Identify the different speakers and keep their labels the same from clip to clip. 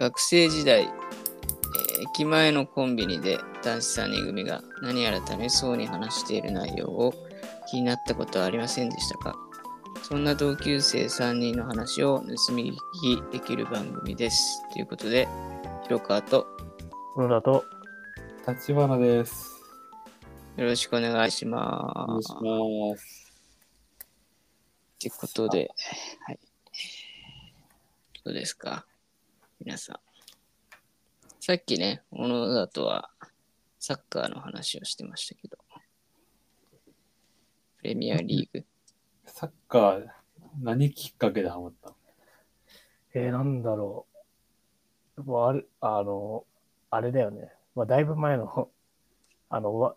Speaker 1: 学生時代、えー駅前のコンビニで男子3人組が何やら楽しそうに話している内容を気になったことはありませんでしたかそんな同級生3人の話を盗み聞きできる番組です。ということで、広川と
Speaker 2: のだと、
Speaker 3: 立花です。
Speaker 1: よろしくお願いし
Speaker 3: お
Speaker 1: ま
Speaker 3: 願い
Speaker 1: す
Speaker 3: し。ます。
Speaker 1: ってことで、はい。どうですか皆さん。さっきね、小野田とはサッカーの話をしてましたけど、プレミアリーグ。
Speaker 3: サッカー、何きっかけでハマったの
Speaker 2: えー、なんだろう。もうあれ、あの、あれだよね。まあ、だいぶ前の、 あの、わ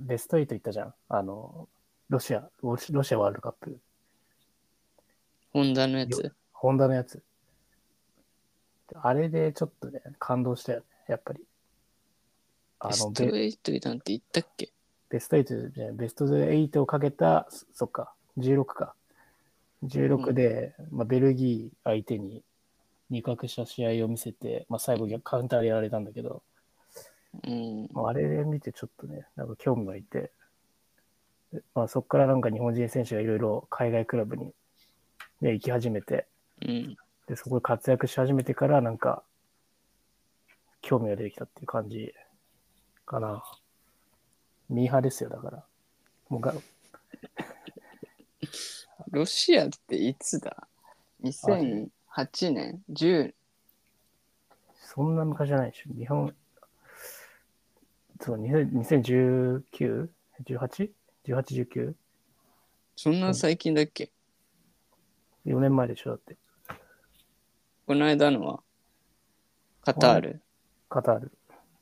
Speaker 2: ベスト8行ったじゃん。あの、ロシア、ロシロシアワールドカップ、
Speaker 1: ホンダのやつ。
Speaker 2: ホンダのやつ。あれでちょっとね、感動したよね。やっぱり。あ
Speaker 1: ベス
Speaker 2: の、
Speaker 1: ト
Speaker 2: ベ
Speaker 1: 8なんて言ったっけ
Speaker 2: ベスト8じゃない、ベスト8をかけた、そそっか、16か。16で、まあ、ベルギー相手に2角した試合を見せて、まあ、最後逆カウンターでやられたんだけど、
Speaker 1: うん。
Speaker 2: まあ、あれ見てちょっとね、なんか興味がいて、でまあ、そこからなんか日本人選手がいろいろ海外クラブに、ね、行き始めて、
Speaker 1: うん。
Speaker 2: で、そこで活躍し始めてから、なんか、興味が出てきたっていう感じかな。ミーハーですよ、だから。もうが
Speaker 1: ロシアっていつだ ?2008 年 ?10
Speaker 2: そんな昔じゃないでしょ。日本、そう、2019?18?18、18 19?
Speaker 1: そんな最近だっけ
Speaker 2: 4年前でしょ、だって。
Speaker 1: この間のはカタール
Speaker 2: カタール、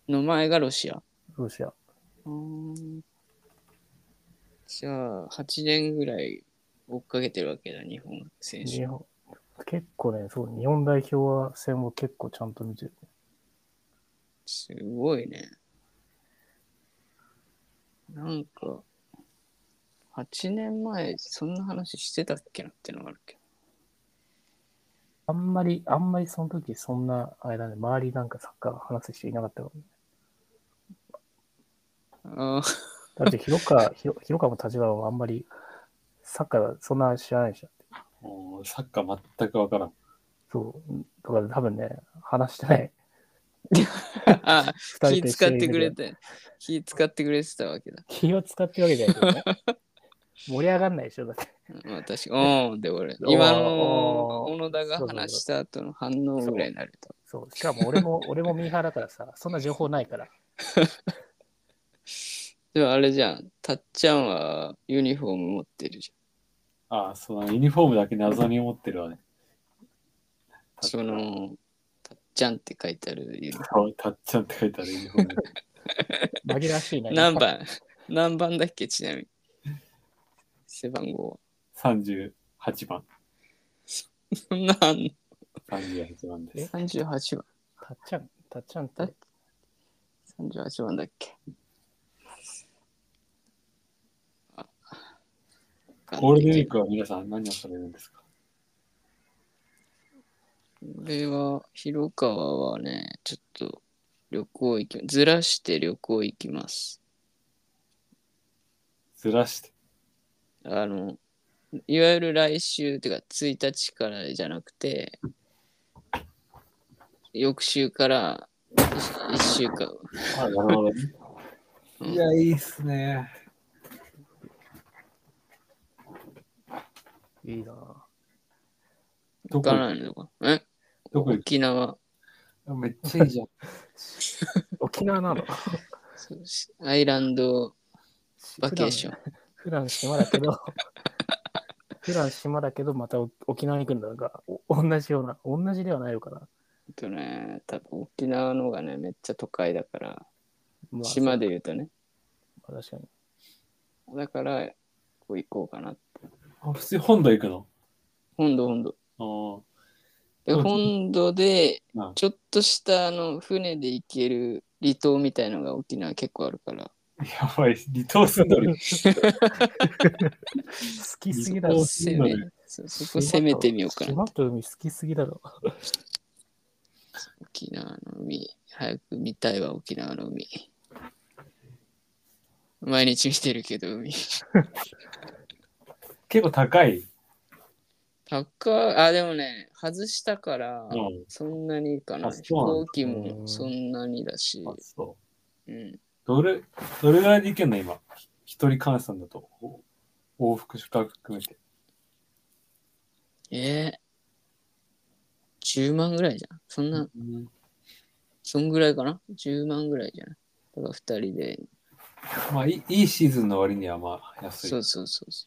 Speaker 1: の前がロシア。
Speaker 2: ロシア。
Speaker 1: うーんじゃあ、8年ぐらい追っかけてるわけだ、日本選
Speaker 2: 日
Speaker 1: 手。
Speaker 2: 本結構ね、そう、日本代表は戦を結構ちゃんと見てる。
Speaker 1: すごいね。なんか、8年前、そんな話してたっけなってのがあるけ
Speaker 2: あんまり、あんまりその時そんな、あれだね、周りなんかサッカー話す人いなかったかも
Speaker 1: ど。
Speaker 2: ね。
Speaker 1: あー
Speaker 2: だって広川、広広川も立場はあんまりサッカーそんな知らないでしょ。
Speaker 3: もうサッカー全くわからん。
Speaker 2: そう。だから多分ね、話してない。
Speaker 1: あ
Speaker 2: 二
Speaker 1: ー、気
Speaker 2: と一緒に
Speaker 1: 使って
Speaker 2: い
Speaker 1: く
Speaker 2: る
Speaker 1: れて、気使ってくれてたわけだ。
Speaker 2: 気を使ってるわけじゃないけ どね。盛り上がんないでしょ、だって。
Speaker 1: まあ、 確かに、うん、で、俺、
Speaker 2: おー
Speaker 1: 今の
Speaker 2: おー
Speaker 1: 小野田が話した後の反応ぐらいになると。
Speaker 2: そう。しかも俺 も、俺もミーハーだからさ、そんな情報ないから。
Speaker 1: でもあれじゃん、たっちゃんはユニフォーム持ってるじゃん。
Speaker 3: ああ、そうだねユニフォームだけ謎に思ってるわね。
Speaker 1: その、たっちゃんって書いてあるユニフォー
Speaker 3: あたっちゃんって書いてあるユニフォーム。
Speaker 2: 紛らわしいな。
Speaker 1: ム。何番 何番だっけちなみに。背番号
Speaker 3: 38番。
Speaker 1: は。 そんなあんの
Speaker 3: 38番です。
Speaker 1: ?38 番。
Speaker 2: たっちゃん、たっちゃんっ
Speaker 1: だ
Speaker 2: て。
Speaker 1: 38番だっけあ
Speaker 3: ゴールデンウィークは皆さん何をされるんですか
Speaker 1: 俺は、広川はね、ちょっと旅行行き、ずらして旅行行きます。
Speaker 3: ずらして。
Speaker 1: あの、いわゆる来週っていうか1日からじゃなくて、翌週から1週間。
Speaker 3: あなるほどね。
Speaker 1: うん
Speaker 3: いや、いいっすね。
Speaker 2: いいなぁ
Speaker 3: ど
Speaker 1: 行
Speaker 3: こ
Speaker 1: かないのか。え
Speaker 3: どこ行
Speaker 1: 沖縄。
Speaker 3: くめっちゃいいじゃん。
Speaker 2: 沖縄なの
Speaker 1: そうしアイランド バケーション。
Speaker 2: 普段島だけど、 普段島だけど、またお沖縄に行くんだが、お同じような、同じではないのかな。
Speaker 1: えっとね、多分沖縄の方がね、めっちゃ都会だから、
Speaker 2: まあ
Speaker 1: 島で。言うとね。
Speaker 2: そうまあ確かに。
Speaker 1: だから、こう行こうかな。
Speaker 3: あ普通に本土行くの
Speaker 1: 本土、本土。
Speaker 3: あ
Speaker 1: で
Speaker 3: うん
Speaker 1: 本土で
Speaker 3: うん、
Speaker 1: ちょっとしたあの船で行ける離島みたいのが沖縄結構あるから。
Speaker 3: あやばい、離島住んどる。
Speaker 2: 好きすぎだろ
Speaker 3: そ。う
Speaker 1: 攻め
Speaker 3: そうだね
Speaker 1: そそこ攻めてみようかな。
Speaker 2: 島と海好きすぎだろ。
Speaker 1: 体は沖縄の海。毎日見てるけど海。
Speaker 3: 結構高い。
Speaker 1: 高い。あ、でもね、外したから、
Speaker 3: うん
Speaker 1: そんなにかな。
Speaker 3: あ
Speaker 1: 飛
Speaker 3: そうなん
Speaker 1: 行
Speaker 3: だ
Speaker 1: 機もそんなにだし
Speaker 3: あ、そう。
Speaker 1: うん。
Speaker 3: どれ、どれぐらいで行けんの今。ひ一人換算だと。お往復宿泊含めて。
Speaker 1: えー、10万ぐらいじゃん。そんな、
Speaker 3: うん
Speaker 1: そんぐらいかな ?10 万ぐらいじゃないだから2人で。
Speaker 3: まあいい、いいシーズンの割にはまあ安い。
Speaker 1: そうそうそうそ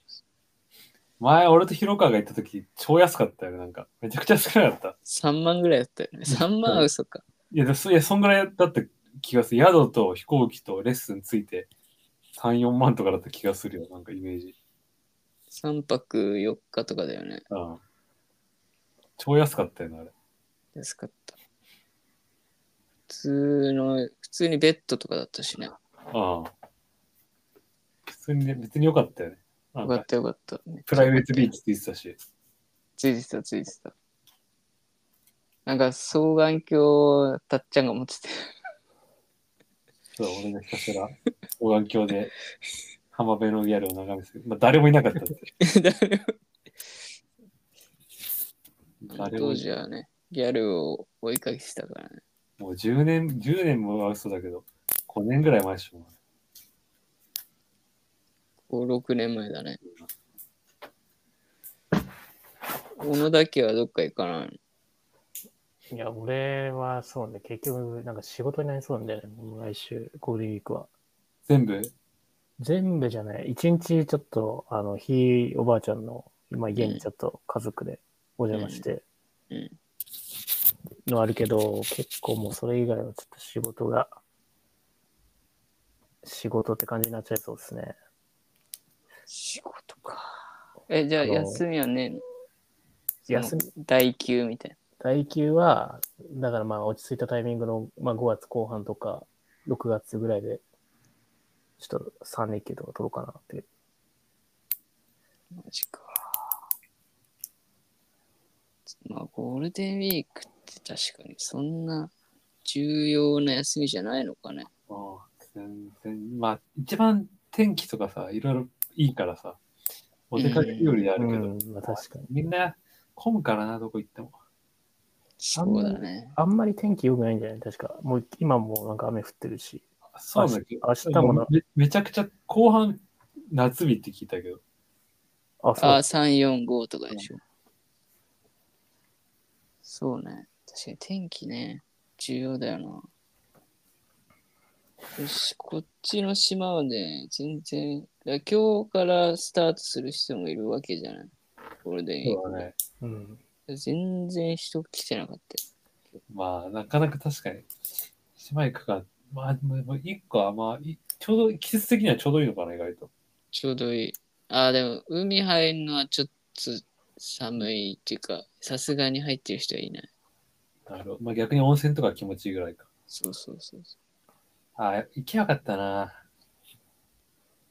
Speaker 3: 前、俺と広川が行った時、超安かったよね。なんか、めちゃくちゃ少なかった。
Speaker 1: う。3万ぐらいだったよね。3万は嘘か。
Speaker 3: いや、でもそいやそんぐらいだった気がする。宿と飛行機とレッスンついて、3、4万とかだった気がするよ。なんかイメージ。
Speaker 1: 3泊4日とかだよね。
Speaker 3: うん。超安かったよね、あれ。
Speaker 1: 安かった。普通の、普通にベッドとかだったしね。
Speaker 3: うん。普通にね、別に良かったよね。な
Speaker 1: よ
Speaker 3: ん
Speaker 1: か
Speaker 3: か
Speaker 1: ったよかった。
Speaker 3: プライベートビーチって言ってたし。
Speaker 1: ついてたついてた。なんか双眼鏡をたっちゃんが持ってて、
Speaker 3: そう、俺がひたすら双眼鏡で浜辺のギャルを眺めてる。まあ、誰もいなかったん で。
Speaker 1: 誰 も
Speaker 3: 誰も
Speaker 1: 当
Speaker 3: い
Speaker 1: 時はね、ギャルを追いかけてたからね。
Speaker 3: もう10年、10年もは嘘だけど、5年ぐらい前でしょ。
Speaker 1: 5、6年前だね。小野田家はどっか行かないの
Speaker 2: いや、俺はそうね、結局、なんか仕事になりそうなんだよね、もう来週、ゴールデンウィークは。
Speaker 3: 全部
Speaker 2: 全部じゃない、一日ちょっと、あの、ひいおばあちゃんの、今家にちょっと家族でお邪魔して
Speaker 1: うんうん、
Speaker 2: のあるけど、結構もうそれ以外はちょっと仕事が、仕事って感じになっちゃいそうですね。
Speaker 1: 仕事か。え、じゃあ
Speaker 2: あの
Speaker 1: 休みはねえの
Speaker 2: 休み、
Speaker 1: 代休みたい
Speaker 2: 代休は、だからまあ落ち着いたタイミングの、まあ5月後半とか、6月ぐらいで、ちょっと3連休とか取ろうかなって。
Speaker 1: な。マジか。まあ、ゴールデンウィークって確かにそんな重要な休みじゃないのかね。
Speaker 3: ああ全然。まあ、一番天気とかさ、いろいろいいからさ、お出かけよりあ
Speaker 2: う
Speaker 3: るけど、
Speaker 2: ん、まあ確かに。
Speaker 3: みんな混むからな、どこ行っても。
Speaker 1: そうだね。
Speaker 2: あんまり天気良くないんじゃない確か。もう今もなんか雨降ってるし。
Speaker 3: そうだけど、
Speaker 2: 明日もな
Speaker 3: めめちゃくちゃ後半夏日って聞いたけど、
Speaker 2: あ、そう
Speaker 1: ああ、
Speaker 2: だ。
Speaker 1: 3、4、5とかでしょ。そうね。確かに天気ね、重要だよな。よし、こっちの島はね、全然、だから今日からスタートする人もいるわけじゃない。ゴールデンウィー
Speaker 3: そうだね。
Speaker 2: うん。
Speaker 1: ク。全然人来てなかったよ。
Speaker 3: まあ、なかなか確かに、島行くか、まあ、でも一個は、まあ、いちょうど、季節的にはちょうどいいのかな、意外と。
Speaker 1: ちょうどいい。ああ、でも、海入るのはちょっと寒いっていうか、さすがに入ってる人はいない。
Speaker 3: なるほど。まあ、逆に温泉とか気持ちいいぐらいか。
Speaker 1: そうそうそうそ
Speaker 3: ああ、行けなかったな。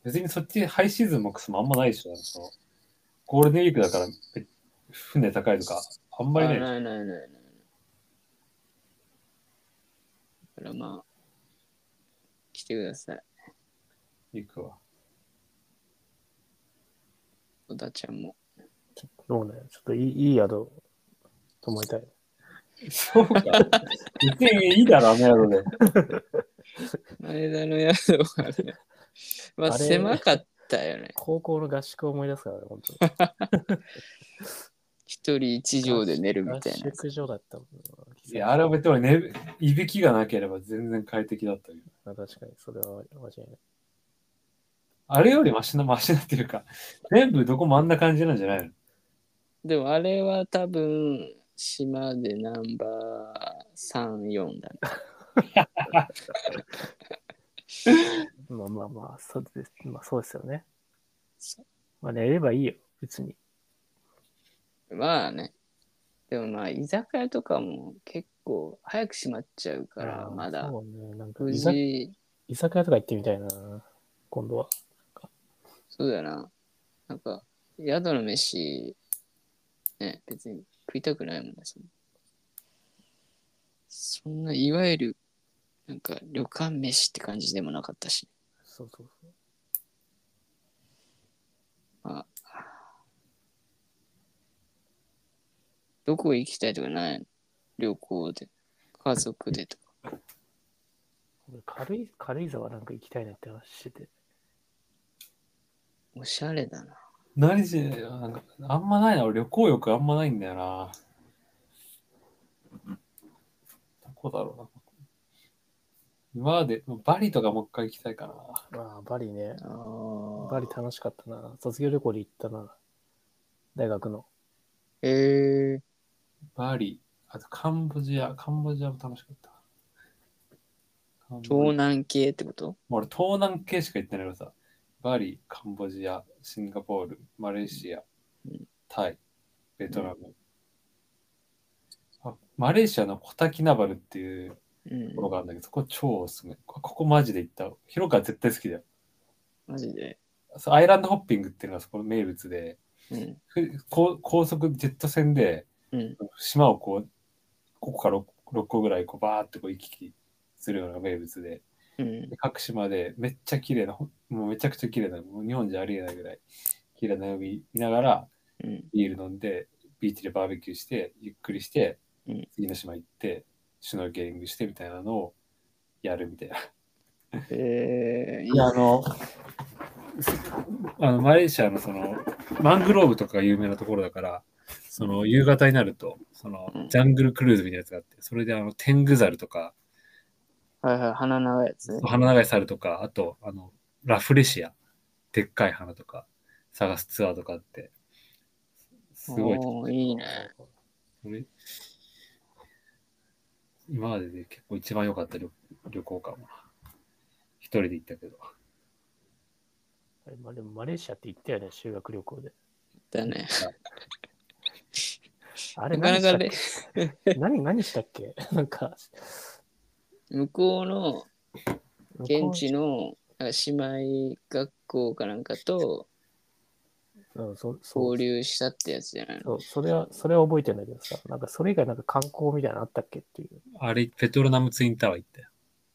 Speaker 3: 別にそっち、ハイシーズンもクソもあんまないでしょ。そのゴールデンウィークだから、え船高いとか、あん
Speaker 1: う。
Speaker 3: まり
Speaker 1: あない
Speaker 3: な
Speaker 1: い
Speaker 3: でしょ。
Speaker 1: ないないないない。だからまあ、来てください。
Speaker 3: 行くわ。
Speaker 1: 小田ちゃんも。
Speaker 2: どうね。ちょっといいいい宿、泊まりたい。
Speaker 3: そうか。別にいいだろ、あの宿で。
Speaker 1: 前田の宿はね、まあ
Speaker 2: あれ
Speaker 1: 狭かったよね。
Speaker 2: 高校の合宿を思い出すからね、本 当に。
Speaker 1: 一人一畳で寝るみたいな
Speaker 2: 合。宿所だったもん
Speaker 3: いや、あれは別に俺ね、いびきがなければ全然快適だったけど。
Speaker 2: な。確かに、それは間違いない。
Speaker 3: あれよりマシな、マシなっていうか、 全部どこもあんな感じなんじゃないの
Speaker 1: でもあれは多分、島でナンバー3、4だね。
Speaker 2: まあまあまあ、そうです,、まあ、そうですよね
Speaker 1: そ。
Speaker 2: まあ寝ればいいよ、別に。
Speaker 1: まあね。でもまあ、居酒屋とかも結構早く閉まっちゃうから、まだ。
Speaker 2: そうね。なんか
Speaker 1: 無
Speaker 2: 居酒、
Speaker 1: 事、
Speaker 2: 居酒屋とか行ってみたいな、今度は。
Speaker 1: そうだよな。なんか、宿の飯、ね、別に食いたくないもんね。そのそんな、いわゆるなんか旅館飯って感じでもなかったし。
Speaker 2: そうそうそう。
Speaker 1: どこ行きたいとかないの旅行で、家族でとか。
Speaker 2: 俺軽い、軽井沢なんか行きたいなって話してて。
Speaker 1: おしゃれだな。
Speaker 3: 何し、ああんまないな。俺旅行欲あんまないんだよな。どこだろうな。今まで、バリとかもう一回行きたいかな。
Speaker 2: まあ、バリね。
Speaker 1: あ
Speaker 2: バリ
Speaker 1: ー
Speaker 2: 楽しかったな。卒業旅行で行ったな。大学の。
Speaker 1: えー、
Speaker 3: バリ、あとカンボジア、カンボジアも楽しかった。カンボジア
Speaker 1: 東南系ってこと
Speaker 3: もう俺東南系しか行ってないからさ、バリ、カンボジア、シンガポール、マレーシア、
Speaker 1: うん
Speaker 3: タイ、ベトナム。あマレーシアのコタキナバルっていう
Speaker 1: うん
Speaker 3: とこ。ろがあるんだけど、そこ超おすすめ。こここマジで行った。広川絶対好きだよ。
Speaker 1: マジで。
Speaker 3: そうアイランドホッピングっていうのがそこの名物で、
Speaker 1: うん。
Speaker 3: ふ高高速ジェット船で
Speaker 1: うん。
Speaker 3: 島をこう、ここから6個ぐらいこうバーってこう行き来するようなのが名物で、
Speaker 1: うん。
Speaker 3: で各島でめっちゃ綺麗な、ほんもうめちゃくちゃ綺麗な、もう日本じゃありえないぐらい綺麗な海見ながら、
Speaker 1: うん。
Speaker 3: ビール飲んで、ビーチでバーベキューして、ゆっくりして
Speaker 1: うん、
Speaker 3: 次の島行って、シュノーケリングしてみたいなのをやるみたいな。
Speaker 1: えー、いい
Speaker 3: いや、あの、あのマレーシアのその、マングローブとかが有名なところだから、その夕方になると、その
Speaker 1: うん
Speaker 3: ジャングルクルーズみたいなやつがあって、それであのテングザルとか、
Speaker 1: はいはい、鼻長いやつね。
Speaker 3: 花長い猿とか、あと、あの、ラフレシア、でっかい花とか、探すツアーとかあって、すごい。
Speaker 1: おーいいね。
Speaker 3: それ今までで結構一番良かった旅旅行かもな。一人で行ったけど。
Speaker 2: あれまあ、でもマレーシアって行ったよね、修学旅行で。
Speaker 1: だね。
Speaker 2: あれ
Speaker 1: なか
Speaker 2: 何
Speaker 1: な
Speaker 2: した
Speaker 1: か
Speaker 2: っけ
Speaker 1: ね、
Speaker 2: 何何したっけ なんか、
Speaker 1: 向こうの
Speaker 2: 向こう
Speaker 1: 現地のなんか姉妹学校かなんかと
Speaker 2: うん、そそう
Speaker 1: 交流したってやつじゃないの
Speaker 2: そうそれは、それは覚えてんだけどさ、なんかそれ以外なんか観光みたいなのあったっけっていう。
Speaker 3: あれ、ペトロナムツインタワー行ったよ。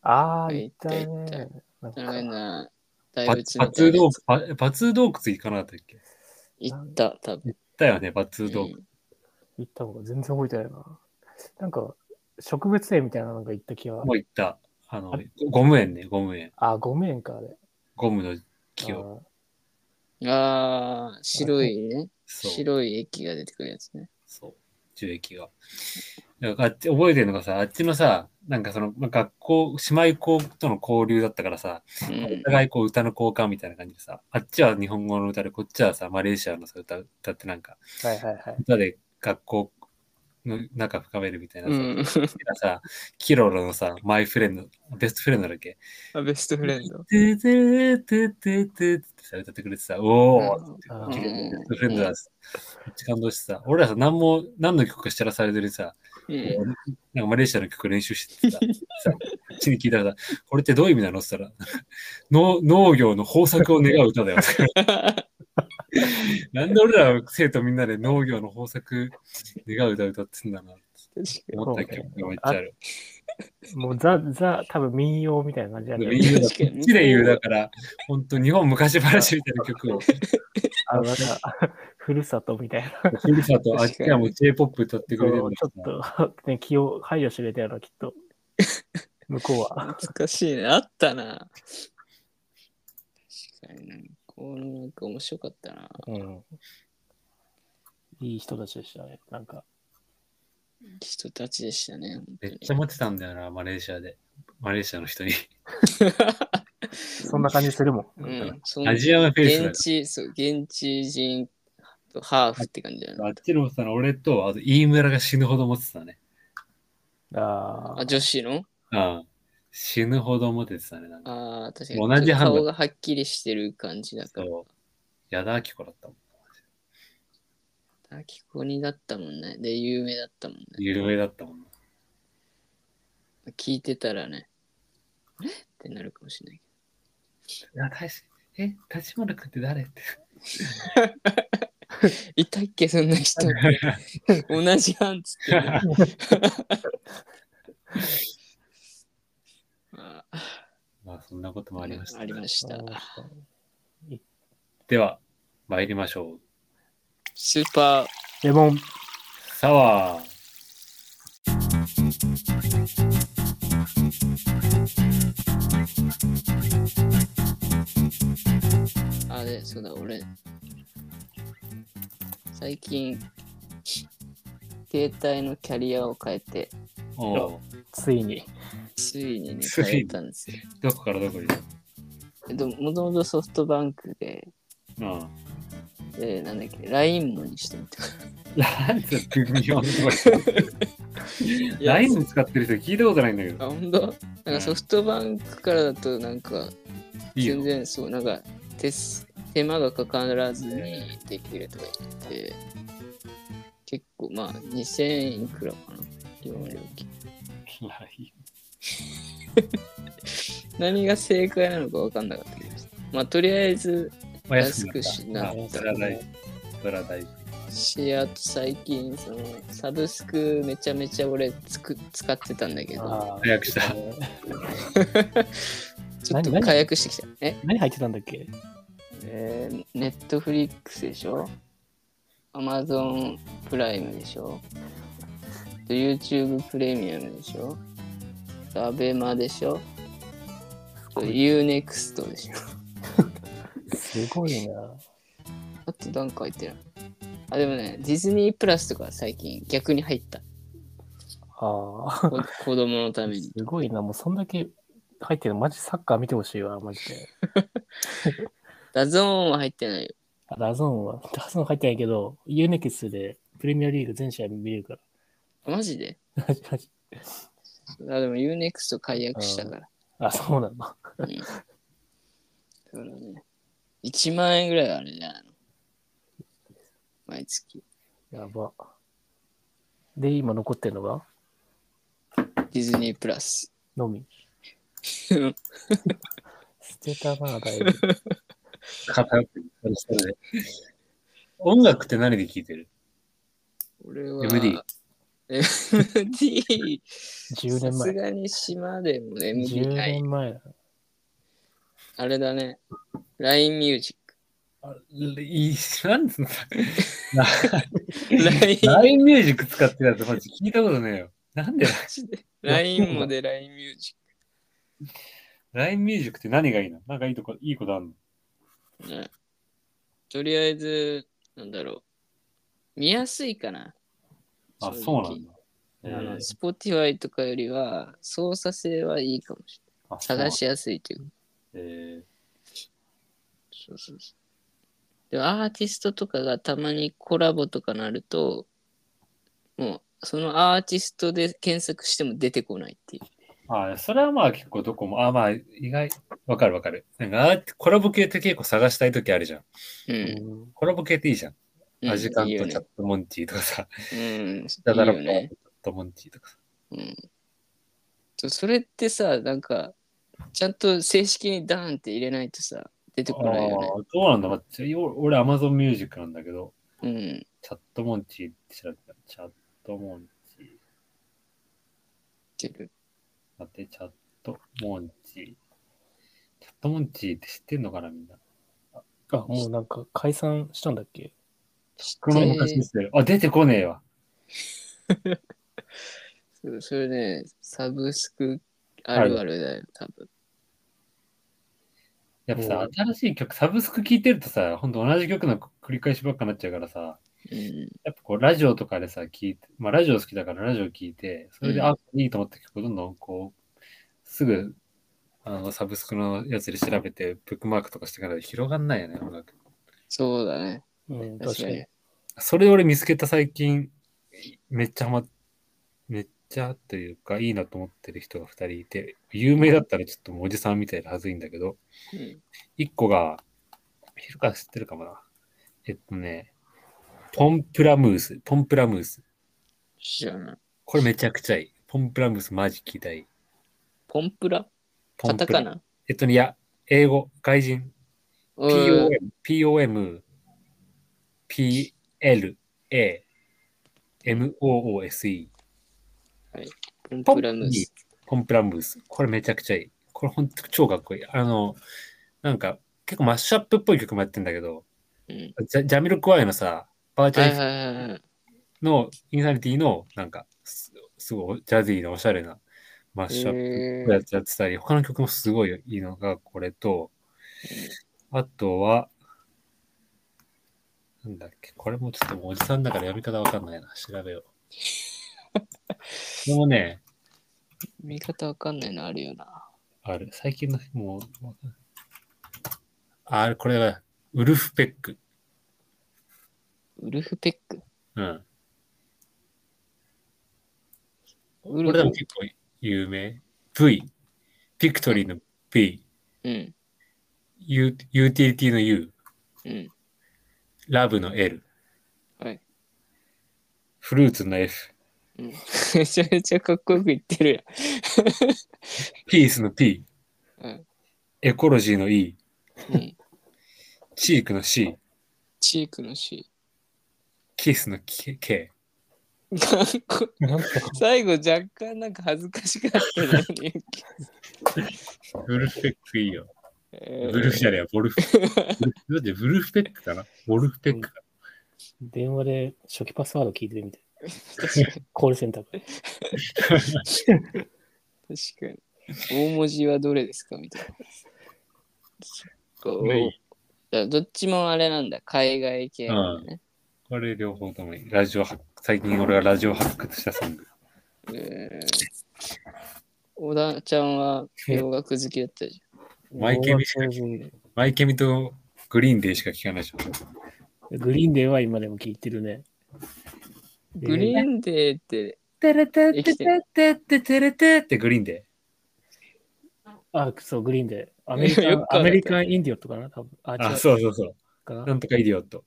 Speaker 2: ああ、
Speaker 1: 行っ
Speaker 2: 行ったた
Speaker 1: 行った
Speaker 2: ね。
Speaker 1: な
Speaker 2: なん
Speaker 1: んか変
Speaker 2: か
Speaker 1: な
Speaker 3: バ
Speaker 1: 大
Speaker 3: バツ
Speaker 1: 仏みたいな
Speaker 3: ー洞
Speaker 1: や
Speaker 3: 窟
Speaker 1: つ、
Speaker 3: ババツー洞窟行かなかったっけ
Speaker 1: 行った、多分。
Speaker 3: だよね、バツー洞窟。
Speaker 2: 行った方が全然覚えてないな。なんか、植物園みたいなのが行った気は
Speaker 3: も。う行った。あの
Speaker 2: あれ、
Speaker 3: ゴム園ね、ゴム園。
Speaker 2: あ、ごめんか、あれ。
Speaker 3: ゴムの木を。
Speaker 2: あ
Speaker 1: うんああ、白いね。
Speaker 3: そう。
Speaker 1: 白い液が出てくるやつね。
Speaker 3: そう、樹液が。だからあっち覚えてるのがさ、あっちのさ、なんかそのまあ学校、姉妹校との交流だったからさ、
Speaker 1: う
Speaker 3: お
Speaker 1: ん。
Speaker 3: 互いこう歌の交換みたいな感じでさ、あっちは日本語の歌で、こっちはさ、マレーシアのさ歌歌ってなんか、
Speaker 2: ーはいはいはい。
Speaker 3: 歌で学校の仲深めるみたいなさ、
Speaker 1: うん
Speaker 3: 好きなさ、キロロのさ、マイフレンド、ベストフレンドだっけ。
Speaker 1: あベストフレンド。
Speaker 3: てーてーてーてーてーってさ、歌ってくれてさ、おーって
Speaker 2: うん
Speaker 3: ベストフレンドだ
Speaker 1: う
Speaker 3: っつってめっちゃ感動してさ、俺らさ、何も、何の曲か知らされてるさ、
Speaker 1: ん
Speaker 3: なんかマレーシアの曲練習しててさ、さこっちに聞いたらさ、これってどういう意味なのって言ったら、農農業の豊作を願う歌だよ。なんで俺ら生徒みんなで農業の豊作願う歌歌ってんだなって思った曲がめっちゃある。
Speaker 2: もうザ、ザ、多分民謡みたいな感じだ
Speaker 3: で
Speaker 2: ね。
Speaker 3: もいいよこ
Speaker 1: 確かに
Speaker 3: っちで言うだから、本当日本昔話みたいな曲を、
Speaker 2: あの、なんか、 ふるさとみたいな。
Speaker 3: ふるさとあっちはもう J-POP 歌って
Speaker 2: ち
Speaker 3: くれてる
Speaker 2: ょ
Speaker 3: ん
Speaker 2: っ
Speaker 3: だからさ
Speaker 2: と、ね、気を配慮してくれたよな、きっと。向こうは。
Speaker 1: 懐かしいね。あったな。確かにな。このなんか面白かったな。
Speaker 2: うん。いい人たちでしたね。なんか、
Speaker 1: 人たちでしたね。
Speaker 3: めっちゃモテたんだよな、マレーシアで。マレーシアの人に。
Speaker 2: そんな感じするもん。
Speaker 1: 本当に。うん。そん
Speaker 3: アジアのフェイスだよ
Speaker 1: 現地、そう、現地人とハーフって感じだな。
Speaker 3: あっちのさ、俺と、あと飯村が死ぬほどモテてたね。
Speaker 2: あ
Speaker 1: あ、女子の
Speaker 3: うん。死ぬほどモテてたね。なんか
Speaker 1: ああ、確かに。
Speaker 3: 同じハンド
Speaker 1: 顔がはっきりしてる感じだから。
Speaker 3: そう。矢田亜希子だったもん。
Speaker 1: あ、キコニだったもんね。で、有名だったもんね。
Speaker 3: 有名だったもん。
Speaker 1: 聞いてたらね、あれってなるかもしれない
Speaker 3: いや、確かに。え、立花君って誰って。
Speaker 1: けど。いたっけ、そんな 人。同じ班っつってね、
Speaker 3: そんなこともありました。
Speaker 1: ありました。
Speaker 3: では、参りましょう。
Speaker 1: スーパー
Speaker 2: レモン。
Speaker 3: サワー。
Speaker 1: あれ、そうだ、俺、最近、携帯のキャリアを変えて、
Speaker 3: おう
Speaker 2: ついに。
Speaker 1: ついにね、
Speaker 3: ついに
Speaker 1: 変えたんですよ。
Speaker 3: どこからどこに
Speaker 1: えっと、もともとソフトバンクで、
Speaker 3: うん。
Speaker 1: で、なんだっけ、LINE もにしてみた。
Speaker 3: なんて微妙なところ。ライン使ってる人聞いたことないんだけど。
Speaker 1: あ、ほんとなんかソフトバンクからだと、なんか、
Speaker 3: いい
Speaker 1: 全
Speaker 3: よ。
Speaker 1: 然そう、なんか、手す手間がかからずにできるとか言って、結構、まあ、2000いくらかな、利用料金。
Speaker 3: ライ
Speaker 1: 何が正解なのか分かんなかったけど、まあ、とりあえず、
Speaker 3: ンお安く
Speaker 1: 安くしな
Speaker 3: な
Speaker 1: か
Speaker 3: っ
Speaker 1: った
Speaker 3: た。それは大事。それは大事。
Speaker 1: シェアと最近、その、サブスクめちゃめちゃ俺つく使ってたんだけど、
Speaker 2: あー
Speaker 3: 早くした。
Speaker 1: ちょっと
Speaker 2: 何何
Speaker 1: 解約してきた。え
Speaker 2: 何入ってたんだっけ
Speaker 1: えー、ネットフリックスでしょアマゾンプライムでしょあと YouTube プレミアムでしょあとアベマでしょあと UNEXT でしょ
Speaker 2: すごいな。
Speaker 1: あとなんか入ってない。あ、でもね、ディズニープラスとか最近逆に入った。
Speaker 2: ああ。
Speaker 1: こ子供のため に。
Speaker 2: すごいな。もうそんだけ入ってるの、マジサッカー見てほしいわ、マジで。
Speaker 1: ダゾーンは入ってないよ。
Speaker 2: あラゾーンは、 ラゾーン入ってないけど、ユーネクスでプレミアリーグ全試合見れるから。
Speaker 1: マジで
Speaker 2: マジマジ
Speaker 1: あでも UNEXT 解約したから。
Speaker 2: あ、そうなの。
Speaker 1: うん。だからね、1万円ぐらいあれじゃないの。毎月。
Speaker 2: やば。で、今残ってるのが
Speaker 1: ディズニープラス。
Speaker 2: のみ。
Speaker 1: うん
Speaker 2: 捨てたな、だいぶ。
Speaker 3: 偏ってるそれそれで音楽って何で聞いてる
Speaker 1: 俺は。
Speaker 3: MD
Speaker 1: MD。
Speaker 2: 10
Speaker 1: さ
Speaker 2: 年
Speaker 1: す
Speaker 2: 前。
Speaker 1: がに島でも MD
Speaker 2: 10
Speaker 1: ない。
Speaker 2: 年前だ。
Speaker 1: あれだね。LINE ミュー ジ
Speaker 3: あいい、なんつうんだ。
Speaker 1: ック。LINE
Speaker 3: ラインミュージック使ってるやつ、マジ聞いたことねえよ。なんで
Speaker 1: マジで LINE もで LINE ミュージ
Speaker 3: ラインミュージックって何がいいのなんかいいとこ、いいことあるの
Speaker 1: ック、ね。とりあえず、なんだろう。見やすいかな。正
Speaker 3: あ、
Speaker 1: 直
Speaker 3: そうなんだ。え
Speaker 1: あの
Speaker 3: ー
Speaker 1: Spotify とかよりは操作性はいいかもし
Speaker 3: あそ
Speaker 1: れ
Speaker 3: う
Speaker 1: な
Speaker 3: なん
Speaker 1: い。探
Speaker 3: だ
Speaker 1: しやすいというか。
Speaker 3: え
Speaker 1: そうそうそうでもアーティストとかがたまにコラボとかなると、もうそのアーティストで検索しても出てこないっていう。
Speaker 3: ーあ、それはまあ結構どこも、あ、まあ意外、わかるわかる。なんかあーコラボ系って結構探したいときあるじゃん。
Speaker 1: うん。
Speaker 3: コラボ系っていいじゃん。
Speaker 1: うん
Speaker 3: アジカン
Speaker 1: いい
Speaker 3: と
Speaker 1: よね
Speaker 3: チャットモンチーとかさ、
Speaker 1: うん。
Speaker 3: ダダラ
Speaker 1: いい
Speaker 3: ポ
Speaker 1: よ
Speaker 3: ン
Speaker 1: ね
Speaker 3: チャットモンチーとかさ。
Speaker 1: うんちょそれってさ、なんか、ちゃんと正式にダーンって入れないとさ、出てこないよ
Speaker 3: あーそうなんだ。まあちょお俺、アマゾンミュージックなんだけど、
Speaker 1: ね。
Speaker 3: チャットモンチーって調べた。チャットモンチー。
Speaker 1: うん。出る。
Speaker 3: 待って、チャットモンチー。チャットモンチーって知ってんのかな、みんな。
Speaker 2: あ、もうなんか解散したんだっけ
Speaker 3: この昔ですね。あ、出てこねえわ。
Speaker 1: そそれね、サブスクあるあるだよ、多分。
Speaker 3: やっぱさ
Speaker 2: う、
Speaker 3: 新しい曲、サブスク聴いてるとさ、ほんと同じ曲の繰り返しばっかになっちゃうからさ、
Speaker 1: うん。
Speaker 3: やっぱこう、ラジオとかでさ、聞いて、まあ、ラジオ好きだからラジオ聞いて、それで、
Speaker 1: うん
Speaker 3: あ、いいと思った曲、どんどんこう、すぐ、あの、サブスクのやつで調べて、ブックマークとかしてから広がんないよね、音楽。
Speaker 1: そうだね。
Speaker 2: うん、確
Speaker 1: 確
Speaker 2: か
Speaker 1: か
Speaker 2: に
Speaker 1: に。。
Speaker 3: それ俺見つけた最近、めっちゃハマっめっちゃというか、いいなと思ってる人が2人いて、有名だったらちょっともうおじさんみたいではずいんだけど、
Speaker 1: うん
Speaker 3: 1個が、ひるか知ってるかもな。えっとね、ポンプラムース、ポンプラムース。
Speaker 1: 知らない。
Speaker 3: これめちゃくちゃいい。ポンプラムースマジ聞きたい。
Speaker 1: ポンプラ
Speaker 3: ポ
Speaker 1: カ
Speaker 3: ンプ
Speaker 1: タ
Speaker 3: ラ
Speaker 1: カナ
Speaker 3: えっとね、いや、英語、外人。POM
Speaker 1: うん、
Speaker 3: POM、PLA、MOOSE。
Speaker 1: ポン
Speaker 3: ポン
Speaker 1: プラムース。
Speaker 3: コンプラムース。これめちゃくちゃいい。これ本当超かっこいい。あの、なんか、結構マッシュアップっぽい曲もやってんだけど、
Speaker 1: うん。
Speaker 3: ジャジャミルクワイのさ、バーチ
Speaker 1: は
Speaker 3: ャ
Speaker 1: い
Speaker 3: ル
Speaker 1: はいはいはい。
Speaker 3: のインサニティの、なんか、すすごいジャズィーのおしゃれなマッシュアップ
Speaker 1: え
Speaker 3: やつやってたり、他の曲もすごいいいのがこれと、あとは、なんだっけ、これもちょっともうおじさんだから読み方わかんないな、調 べよう。でもね、
Speaker 1: 見方わかんないのあるよな。
Speaker 3: ある、最近の、もうわかんない、あれ、これは、ウルフペック。
Speaker 1: ウルフペック。
Speaker 3: うん。
Speaker 1: ウ
Speaker 3: こ
Speaker 1: ル
Speaker 3: れでも
Speaker 1: フ。
Speaker 3: 結構有名。V、ピクトリーの P、
Speaker 1: うん。
Speaker 3: ユーユーティリティの U、
Speaker 1: うん。
Speaker 3: ラブの L、
Speaker 1: はい。
Speaker 3: フルーツの F、
Speaker 1: うん、めちゃめちゃかっこよく言ってる
Speaker 3: ピースの P、
Speaker 1: やん。うん。
Speaker 3: エコロジーの E、
Speaker 1: うん、
Speaker 3: チークの C、
Speaker 1: チークの C。
Speaker 3: キスの K。K
Speaker 1: かっこ 最後若干なんか恥ずかしかったのに。
Speaker 3: ブルフペックいいよ。
Speaker 1: え
Speaker 3: ブ
Speaker 1: ー
Speaker 3: ルフじゃねえよ、ボルフ。だってブルフペックかなボルフペックか。
Speaker 2: 電話で初期パスワード聞いてるみたい。
Speaker 1: 確か
Speaker 2: コールセンターから。
Speaker 1: に確かに。大文字はどれですかみたいな。そっかお
Speaker 3: ね
Speaker 1: だからどっちもあれなんだ。海外系なんだね。
Speaker 3: これ両方ともいい。ラジオハック、最近俺がラジオハックとしたソング。
Speaker 1: えー小田ちゃんは洋楽好きだったじ
Speaker 3: マイケル
Speaker 2: 大学
Speaker 3: マイケミとグリーンデーしか聞かないでしょ。
Speaker 2: 生グリーンデーは今でも聞いてるね。
Speaker 1: ゃん。グリーンデーって、
Speaker 3: テレテ
Speaker 1: テテ
Speaker 3: テテテテレテってグリーンデ
Speaker 2: あ、そう、グリー ンデー。アメリカ
Speaker 1: よく考え
Speaker 2: ン、
Speaker 1: た
Speaker 2: アメリカンインディオットかな多分。あ、
Speaker 3: ー。あ、
Speaker 2: 違う
Speaker 3: そうそうそう。
Speaker 2: か
Speaker 3: な
Speaker 2: なん
Speaker 3: とかイディオット。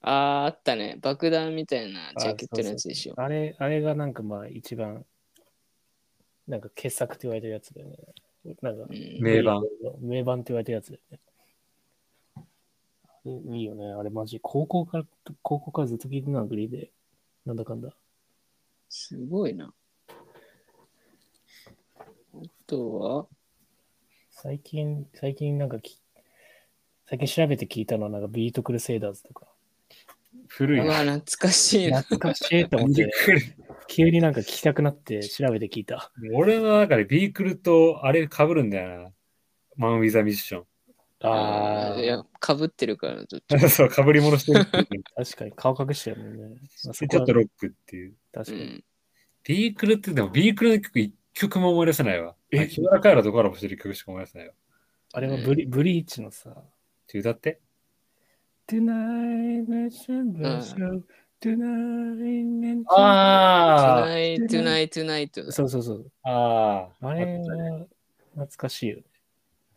Speaker 1: ああ、あったね。爆弾みたいなジャケットのやつでしょ。
Speaker 2: あれ、あれがなんかまあ一番、なんか傑作って言われてるやつだよね。なんか、
Speaker 1: うん
Speaker 3: 名盤。
Speaker 2: 名盤って言われてるやつだよね。うんいいよね。あれマジ、高校から、高校からずっと聞いてるのはグリーンデー。なんだかんだ。
Speaker 1: すごいな。あとは、
Speaker 2: 最近、最近なんかき、最近調べて聞いたのはなんかビートクルセイダーズとか。
Speaker 3: 古
Speaker 1: う
Speaker 3: い
Speaker 1: わ、
Speaker 3: な。
Speaker 1: 懐かしいな。
Speaker 2: 懐かしいと思 って、急になんか聞きたくなって調べて聞いた。
Speaker 3: 俺の中でビークルとあれ被るんだよな。マン・ウィザ・ミッショ
Speaker 2: あ
Speaker 1: い
Speaker 2: あ、
Speaker 1: や、かぶってるから、ちょっと。
Speaker 3: ン。 そう、被り物してる。
Speaker 2: 確かに顔隠してるもんね。まあそ
Speaker 3: ち
Speaker 2: こ
Speaker 3: ょ
Speaker 2: は
Speaker 3: っとロックっていう。
Speaker 2: 確
Speaker 1: う
Speaker 2: かに。
Speaker 1: ん、
Speaker 3: ビークルってでもビークルの曲一曲も思い出せないわ。
Speaker 2: え
Speaker 3: あ木村カエラとコラボしてる曲しか思い出せないわ。
Speaker 2: あれはブリブリーチのさ、
Speaker 3: って歌って。
Speaker 2: Tonight, my show, Tonight, my
Speaker 3: あ
Speaker 1: Tonight, tonight, tonight.
Speaker 2: そうそうそう。
Speaker 3: あああ
Speaker 2: あれは懐かしいよね。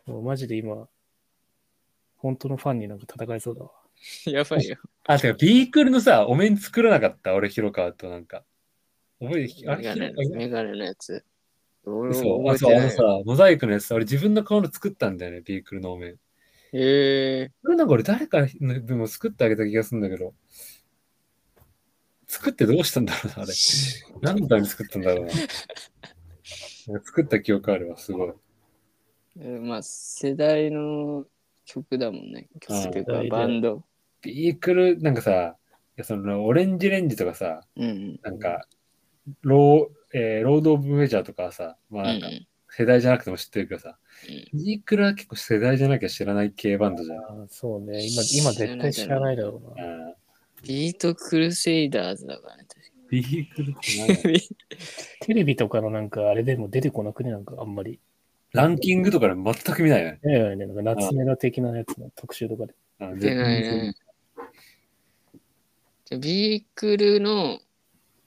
Speaker 2: もうマジで今、本当のファンになんか戦いそうだわ。
Speaker 1: やばいよ。
Speaker 3: あ、てかビークルのさ、お面作らなかった俺、広川となんか。覚えて、あ
Speaker 1: メ
Speaker 3: れ、
Speaker 1: ガネの
Speaker 3: 広川
Speaker 1: メガネのやつ。俺
Speaker 3: 嘘
Speaker 1: も覚
Speaker 3: あ、そう、あ
Speaker 1: え
Speaker 3: の
Speaker 1: て
Speaker 3: さ
Speaker 1: ない。、
Speaker 3: モザイクのやつさ、俺自分の顔の作ったんだよね、ビークルのお面。
Speaker 1: へえ
Speaker 3: これなんか俺誰かの分も作ってあげた気がするんだけど、作ってどうしたんだろう な、あれ。何のために作ったんだろうな。作った記憶あるわ、すごい。
Speaker 1: ー。まあ、世代の曲だもんね。曲っていう
Speaker 2: あ
Speaker 1: か
Speaker 2: ー、
Speaker 1: バンド。
Speaker 3: ビークル、なんかさ、いやそのオレンジレンジとかさ、
Speaker 1: うんうん。
Speaker 3: なんか、ロー、えーロード・オブ・メジャーとかはさ、まあ
Speaker 1: う
Speaker 3: なん
Speaker 1: ん
Speaker 3: か、世代じゃなくても知ってるけどさ、
Speaker 1: う
Speaker 3: ビークルは結構世代じゃなきゃ知らない系バンドじゃん。あ
Speaker 2: あそうね。今、今絶対知らないだろうな。
Speaker 3: ー
Speaker 1: ビートクルセイダーズだからね。
Speaker 3: ビークルってなん だ
Speaker 1: 確かに
Speaker 2: テレビとかのなんかあれでも出てこなくね、なんかあんまり。
Speaker 3: ランキングとかで全く見ないよね。
Speaker 2: ねえなんか夏メロ的なやつの特集とかで。
Speaker 3: あー
Speaker 1: 出ないね。じゃあビークルの、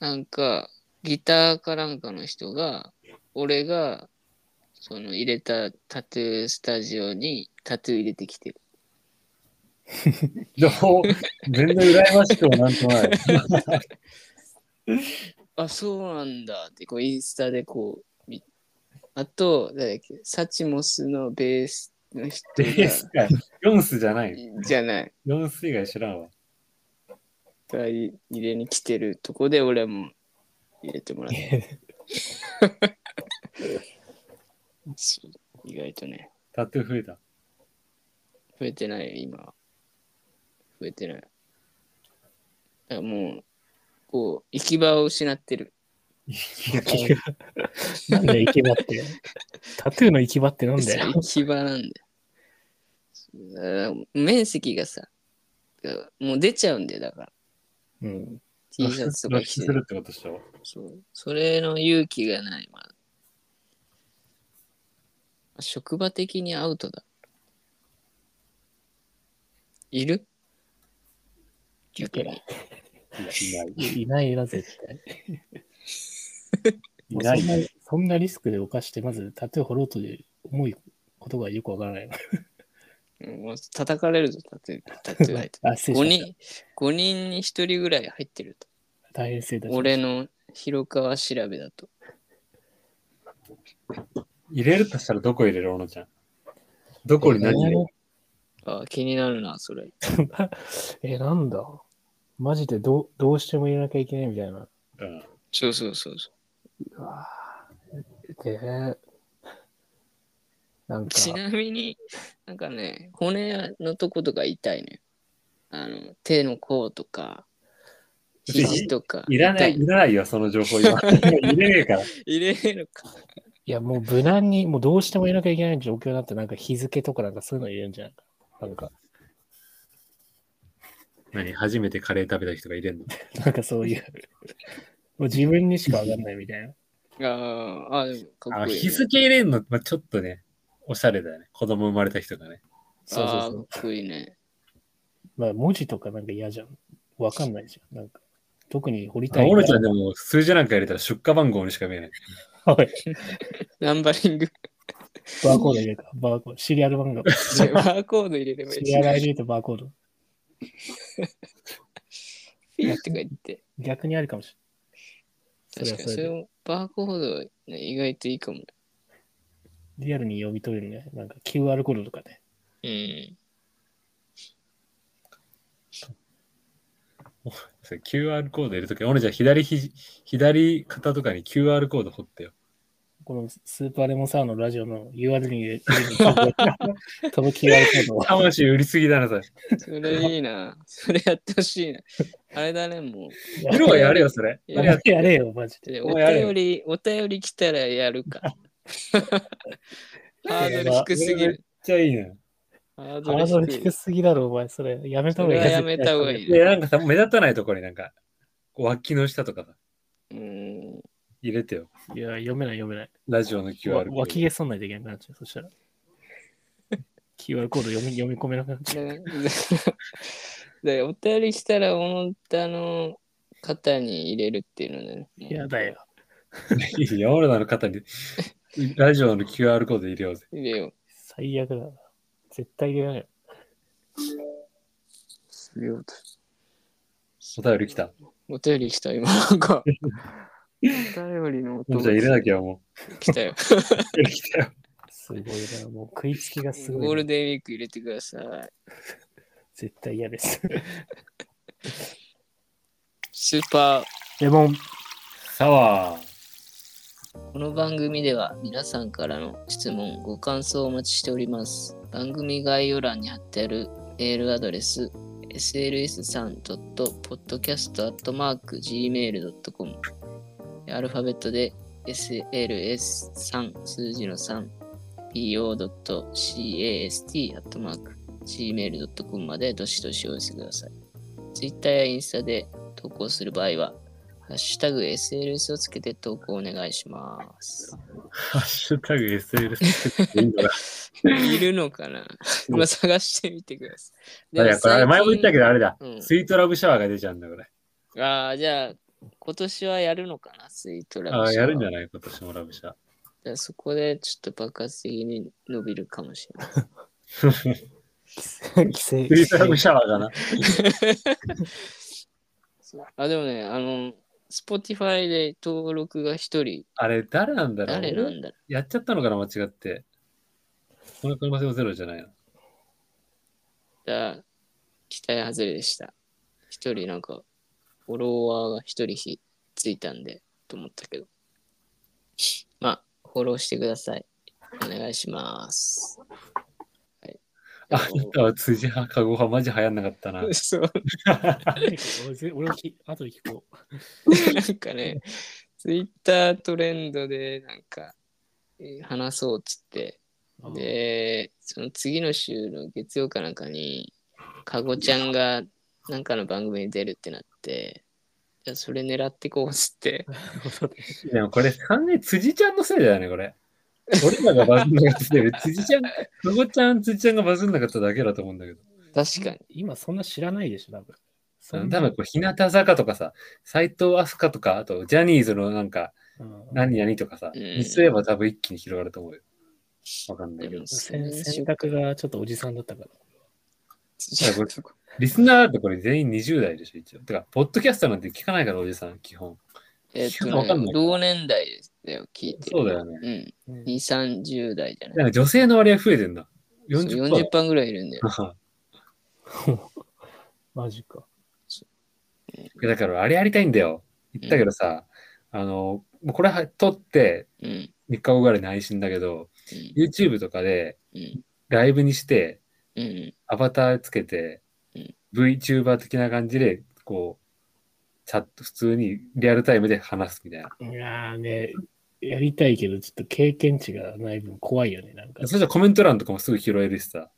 Speaker 1: なんか、ギターかなんかの人が、俺が、その入れたタトゥースタジオにタトゥー入れてきてる。
Speaker 3: 全然どう全然羨ましくもなんともない。
Speaker 1: あ、そうなんだって、こう、インスタでこう、見あと、誰だっけ、サチモスのベースの人
Speaker 3: ベースか。ヨンスじゃない。
Speaker 1: が、じゃない、
Speaker 3: ヨンス以外知らんわ。
Speaker 1: が入れに来てるとこで、俺も 入れてもらった。そう意外外とね。
Speaker 3: タトゥー増えた。
Speaker 1: 増えてないよ、今は。増えてない。だからもう、こう、行き場を失ってる。
Speaker 2: なんだよ、行き場 って。タトゥーの行き場ってなんだよ。
Speaker 1: 行き場なんだよそうだから。面積がさ、もう出ちゃうんだよ、だから。
Speaker 2: うん。
Speaker 1: T シャツとか着
Speaker 3: 露
Speaker 1: て
Speaker 3: 出するってことでしょ。
Speaker 1: そう。それの勇気がない、まだ職場的にアウトだ。いる逆に。
Speaker 3: いない。
Speaker 2: いないな、絶対。
Speaker 3: いない
Speaker 2: そんなそんなリスクで犯して、まずタトゥー掘ろうという思いことがよくわからないな。
Speaker 1: もう叩かれるぞ、タトゥー、タトゥー入って
Speaker 2: あ失礼し
Speaker 1: 5
Speaker 2: ました
Speaker 1: 人、五人に1人ぐらい入ってると。
Speaker 2: 大変失礼だしました。
Speaker 1: 俺の広川調べだと。
Speaker 3: 入れるとしたらどこ入れる小野ちゃん。どこに何入れる
Speaker 1: ああ気になるな、それ。
Speaker 2: え、なんだマジでどうどうしても入れなきゃいけないみたいな。
Speaker 3: うん
Speaker 1: そうそうそうそう
Speaker 2: わぁで、なん
Speaker 1: う。
Speaker 2: か、
Speaker 1: ちなみに、なんかね、骨のとことか痛いね。あの、手の甲とか、肘とか。
Speaker 3: いらない、
Speaker 1: 痛
Speaker 3: いらないよ、その情 報今。入れねえから。
Speaker 1: 入れれるか。
Speaker 2: いや、もう無難に、もうどうしても入れなきゃいけない状況になって、なんか日付とかなんかそういうの入れるんじゃないか。なんか、
Speaker 3: 何初めてカレー食べた人が入れるの
Speaker 2: なんかそ ういう、もう自分にしかわかんないみたいな。
Speaker 1: ああ、あでもかっ
Speaker 3: あ
Speaker 1: こいいね、
Speaker 3: 日付入れるの、まあ、ちょっとね、おしゃれだよね。子供生まれた人がね。
Speaker 2: そうそうそ
Speaker 1: あ
Speaker 2: う
Speaker 1: あ。かっこいいね。
Speaker 2: まあ文字とかなんか嫌じゃん。わかんないじゃん。なんか、特に掘りたい。
Speaker 3: 俺ちゃんでも数字なんか入れたら出荷番号にしか見えない。
Speaker 2: おい
Speaker 1: ナンバリング。
Speaker 2: バーコード入れるか。バーコード。シリアル番号。シ
Speaker 1: バーコード入れればいい
Speaker 2: リ
Speaker 1: し。
Speaker 2: アル ID とバーコード。
Speaker 1: ピッてか言って。
Speaker 2: 逆にあるかもしれ
Speaker 1: 確
Speaker 2: ない。
Speaker 1: か
Speaker 2: それ
Speaker 1: にそ
Speaker 2: はそれ
Speaker 1: れ
Speaker 2: で。
Speaker 1: もバーコード、ね、意外といいかもね。
Speaker 2: リアルに読み取れるね。なんか QR コードとかね。
Speaker 1: うん。
Speaker 3: それ QR コード入れるとき、俺ちゃん左肘、左肩とかに QR コード掘ってよ。
Speaker 2: このスーパーレモンサワーのラジオの URL に入れる この QR コードを。
Speaker 3: 魂売りすぎだな、それ。
Speaker 1: それいいな。それやってほしいな。あれだね、もう。
Speaker 3: 色はやれよ、それ。
Speaker 1: や
Speaker 2: や
Speaker 1: れ
Speaker 2: れやれよ、マジで。
Speaker 1: で
Speaker 3: も
Speaker 1: お
Speaker 3: うやれよ
Speaker 1: 便り、お便り来たらやるか。 ハードル低すぎ
Speaker 3: めっ
Speaker 1: る。
Speaker 3: ちゃいいね。
Speaker 1: ハー
Speaker 2: ハード
Speaker 1: ド
Speaker 2: ル
Speaker 1: ル低
Speaker 2: 低
Speaker 1: い。
Speaker 2: すぎだろ、お前。それ、やめた
Speaker 1: そ
Speaker 2: 方がい
Speaker 1: れ
Speaker 2: い。
Speaker 1: はやめた方がいい
Speaker 3: で、
Speaker 1: な。
Speaker 3: なんかさ、目立たないところになんか、こう脇の下とかさ
Speaker 1: うん。
Speaker 3: 入れてよ。
Speaker 2: いや、読めない、読めない。
Speaker 3: ラジオの QR コード。
Speaker 2: わ脇毛そんないといけなくなっちゃう、そしたら。QR コード読み読み込めなくなっちゃう。
Speaker 1: だでお便り来たら、おのたの肩に入れるっていうのね。
Speaker 2: やだよ。
Speaker 3: いや、俺らの肩に、ラジオの QR コード入れようぜ。
Speaker 1: 入れよう。
Speaker 2: 最悪だな。絶対入れないよ。
Speaker 1: 入れようと。
Speaker 3: お便り来た。
Speaker 1: お便り来た、今。なんか。お便りの
Speaker 3: じゃ
Speaker 1: 音
Speaker 3: あ入れなきゃも
Speaker 1: 来たよ。
Speaker 3: う。来たよ。
Speaker 2: すごいな。もう食いつきがすごいな。
Speaker 1: ゴールデンウィーク入れてください。
Speaker 2: 絶対嫌です。
Speaker 1: スーパー。
Speaker 2: レモン。
Speaker 3: サワー。
Speaker 1: この番組では皆さんからの質問、ご感想をお待ちしております。番組概要欄に貼ってあるメールアドレス、sls3.podcast.gmail.com アルファベットで sls3 数字の 3po.cast.gmail.com までどしどしお寄せください。Twitter やインスタで投稿する場合は、ハッシュタグ SLS をつけて投稿お願いし ます。
Speaker 3: ハッシュタグ SLS っていい んだな。
Speaker 1: いるのかな今探してみてください。
Speaker 3: いや、これ前も言ったけどあれだ。
Speaker 1: うん
Speaker 3: スイートラブシャワーが出ちゃうんだ、これ。
Speaker 1: ど。ああ、じゃあ、今年はやるのかなスイートラブ
Speaker 3: ああ、やるんじゃ
Speaker 1: い
Speaker 3: ない今年もラブシャワ
Speaker 1: そこでちょっと爆発的に伸びるかもしれない。
Speaker 2: 規制。
Speaker 3: ー。スイートラブシャワ ーがな。
Speaker 1: あ、でもね、あの、Spotify で登録が一人、
Speaker 3: あれ、誰なんだろう
Speaker 1: 誰なんだろ
Speaker 3: やっちゃったのかな、間違って。この可能性もゼロじゃないの。
Speaker 1: うじゃあ、期待外れでした。一人なんか、フォロワーが一人ひついたんで、と思ったけど。まあ、フォローしてください。お願いします。
Speaker 3: あなたは辻派、カゴ派、マジ流行んなかったな。
Speaker 1: そう、
Speaker 4: 俺俺もき後で聞こう。
Speaker 1: なんかね、ツイッタートレンドで、なんか、えー話そうっつって、
Speaker 4: あー、
Speaker 1: で、その次の週の月曜かなんかに、かごちゃんがなんかの番組に出るってなって、じゃあそれ狙ってこうっつって、
Speaker 3: でもこれ、完全に辻ちゃんのせいだよね、これ。俺らがバズんなかったより、辻ちゃん、カゴちゃん、辻ちゃんがバズんなかっただけだと思うんだけど。
Speaker 1: 確かに。
Speaker 4: 今そんな知らないでしょ、多分。そ
Speaker 3: 多
Speaker 4: ん
Speaker 3: 分
Speaker 4: な
Speaker 3: こう日向坂とかさ、斎藤飛鳥とか、あとジャニーズのなんか、
Speaker 4: うん
Speaker 3: 何々とかさ、
Speaker 1: うん
Speaker 3: にすれば多分一気に広がると思うよ。わかんないけ
Speaker 1: で
Speaker 3: ど
Speaker 1: も。
Speaker 4: 選
Speaker 1: 先
Speaker 4: 選
Speaker 1: 週
Speaker 4: 択がちょっとおじさんだったから。
Speaker 1: じゃあこれ
Speaker 3: リスナーだとこれ全員20代でしょ、一応。てか、ポッドキャストなんて聞かないから、おじさん、基本。
Speaker 1: えっと
Speaker 3: わかんな
Speaker 1: ね、
Speaker 3: い
Speaker 1: 同年代だよ、聞いてる。
Speaker 3: そうだよね。
Speaker 1: うん。
Speaker 4: うん
Speaker 1: 2、30代じゃ
Speaker 3: なん
Speaker 1: ない。
Speaker 3: か女性の割合増えてんだ。
Speaker 1: そう
Speaker 3: 40%。
Speaker 1: 40%, ぐらいいるんだよ。
Speaker 4: マジか。
Speaker 3: だから、あれやりたいんだよ。言ったけどさ、あの、もうこれは撮って、
Speaker 1: うん。
Speaker 3: 3日後ぐらいの配信だけど、
Speaker 1: うん。
Speaker 3: YouTube とかで
Speaker 1: うん。
Speaker 3: ライブにして、
Speaker 1: うん。
Speaker 3: アバターつけて
Speaker 1: うん、
Speaker 3: VTuber 的な感じで、こう、チャット、普通にリアルタイムで話すみたいな。
Speaker 4: いやーね、やりたいけど、ちょっと経験値がない分怖いよね、なんか。
Speaker 3: そしたらコメント欄とかもすぐ拾えるしさ。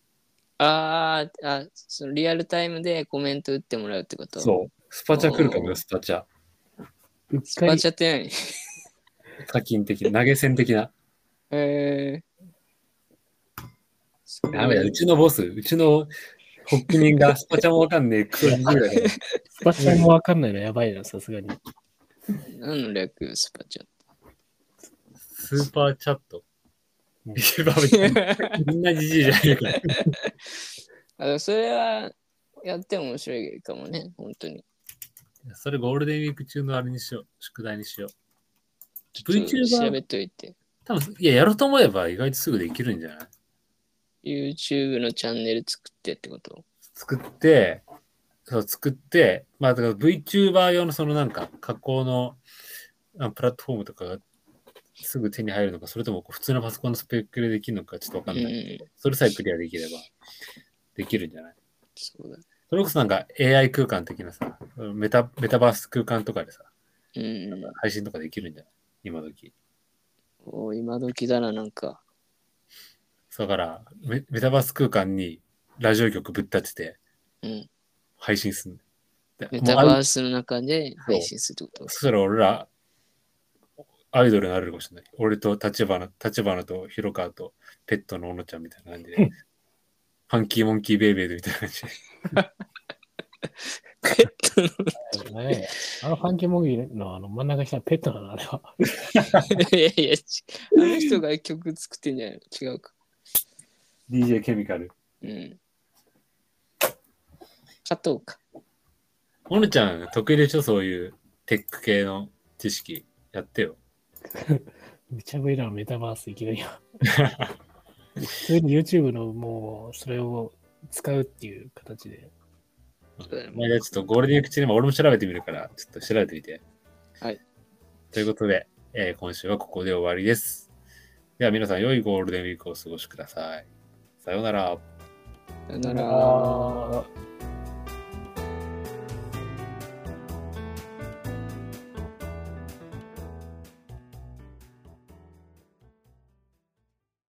Speaker 1: あーあ、そのリアルタイムでコメント打ってもらうってことう。
Speaker 3: そう。スパチャ来るかもよ、スパチャ。
Speaker 4: うっ
Speaker 1: ス
Speaker 4: か
Speaker 1: パ
Speaker 4: り
Speaker 1: チャって何
Speaker 3: 課金的、投げ銭的な。
Speaker 1: えー。
Speaker 3: ダメだ、うちのボス、うちの発起人がスパチャもわかんねえ、クソ20代だから
Speaker 4: スパチャもわかんないのやばいな、さすがに。
Speaker 1: 何の略スパ チャ
Speaker 3: スーパーチャット
Speaker 4: うん。
Speaker 3: みんなじじいじゃないから。
Speaker 1: あでもそれはやっても面白いかもね、本当に。
Speaker 3: それゴールデンウィーク中のあれにしよう。宿題にしよう。
Speaker 1: ちょっと調べ
Speaker 3: VTuber、
Speaker 1: といて。
Speaker 3: 多分いや、やろうと思えば意外とすぐできるんじゃない
Speaker 1: YouTube のチャンネル作ってってこと
Speaker 3: 作って、そう、作って、まあ、だから VTuber 用のそのなんか、加工のあプラットフォームとかがすぐ手に入るのか、それともこう普通のパソコンのスペックでできるのか、ちょっとわか
Speaker 1: うん
Speaker 3: ない。
Speaker 1: ん。
Speaker 3: それさえクリアできれば、できるんじゃない
Speaker 1: そうだ。
Speaker 3: それこそなんか AI 空間的なさ、メタメタバース空間とかでさ、
Speaker 1: うん。
Speaker 3: 配信とかできるんじゃない今時。
Speaker 1: おー今時だな、なんか。
Speaker 3: そうだからメ、メタバース空間にラジオ局ぶっ立てて
Speaker 1: うん。
Speaker 3: 配信する。で
Speaker 1: メタ
Speaker 3: もう
Speaker 1: バ
Speaker 3: あ
Speaker 1: ースの中で配信するってこと
Speaker 3: そしたら俺ら、アイドルになれるかもしれない。俺と立花、立花と広川とペットのおのちゃんみたいな感じで、ハンキーモンキーベイベーズみたいな感じで。
Speaker 1: ペット の
Speaker 4: ねあのファンキーモグリのあの真ん中にしたペットなの、あれは。
Speaker 1: いやいや、ちあの人が曲作ってんじゃないの違うか。
Speaker 3: DJ ケミカル。
Speaker 1: うん。加藤か。
Speaker 3: おのちゃん得意でしょそういうテック系の知識やってよ。
Speaker 4: めちゃぶりなメタバースいきなり。普通に YouTube のもう、それを使うっていう形で。
Speaker 1: そうだよね
Speaker 3: まあ、じゃあちょっとゴールデンウィーク中にも俺も調べてみるから、ちょっと調べてみて。
Speaker 1: はい。
Speaker 3: ということで、えー今週はここで終わりです。では皆さん、良いゴールデンウィークをお過ごしください。さようなら。
Speaker 2: 哦
Speaker 1: さよなら。
Speaker 2: あー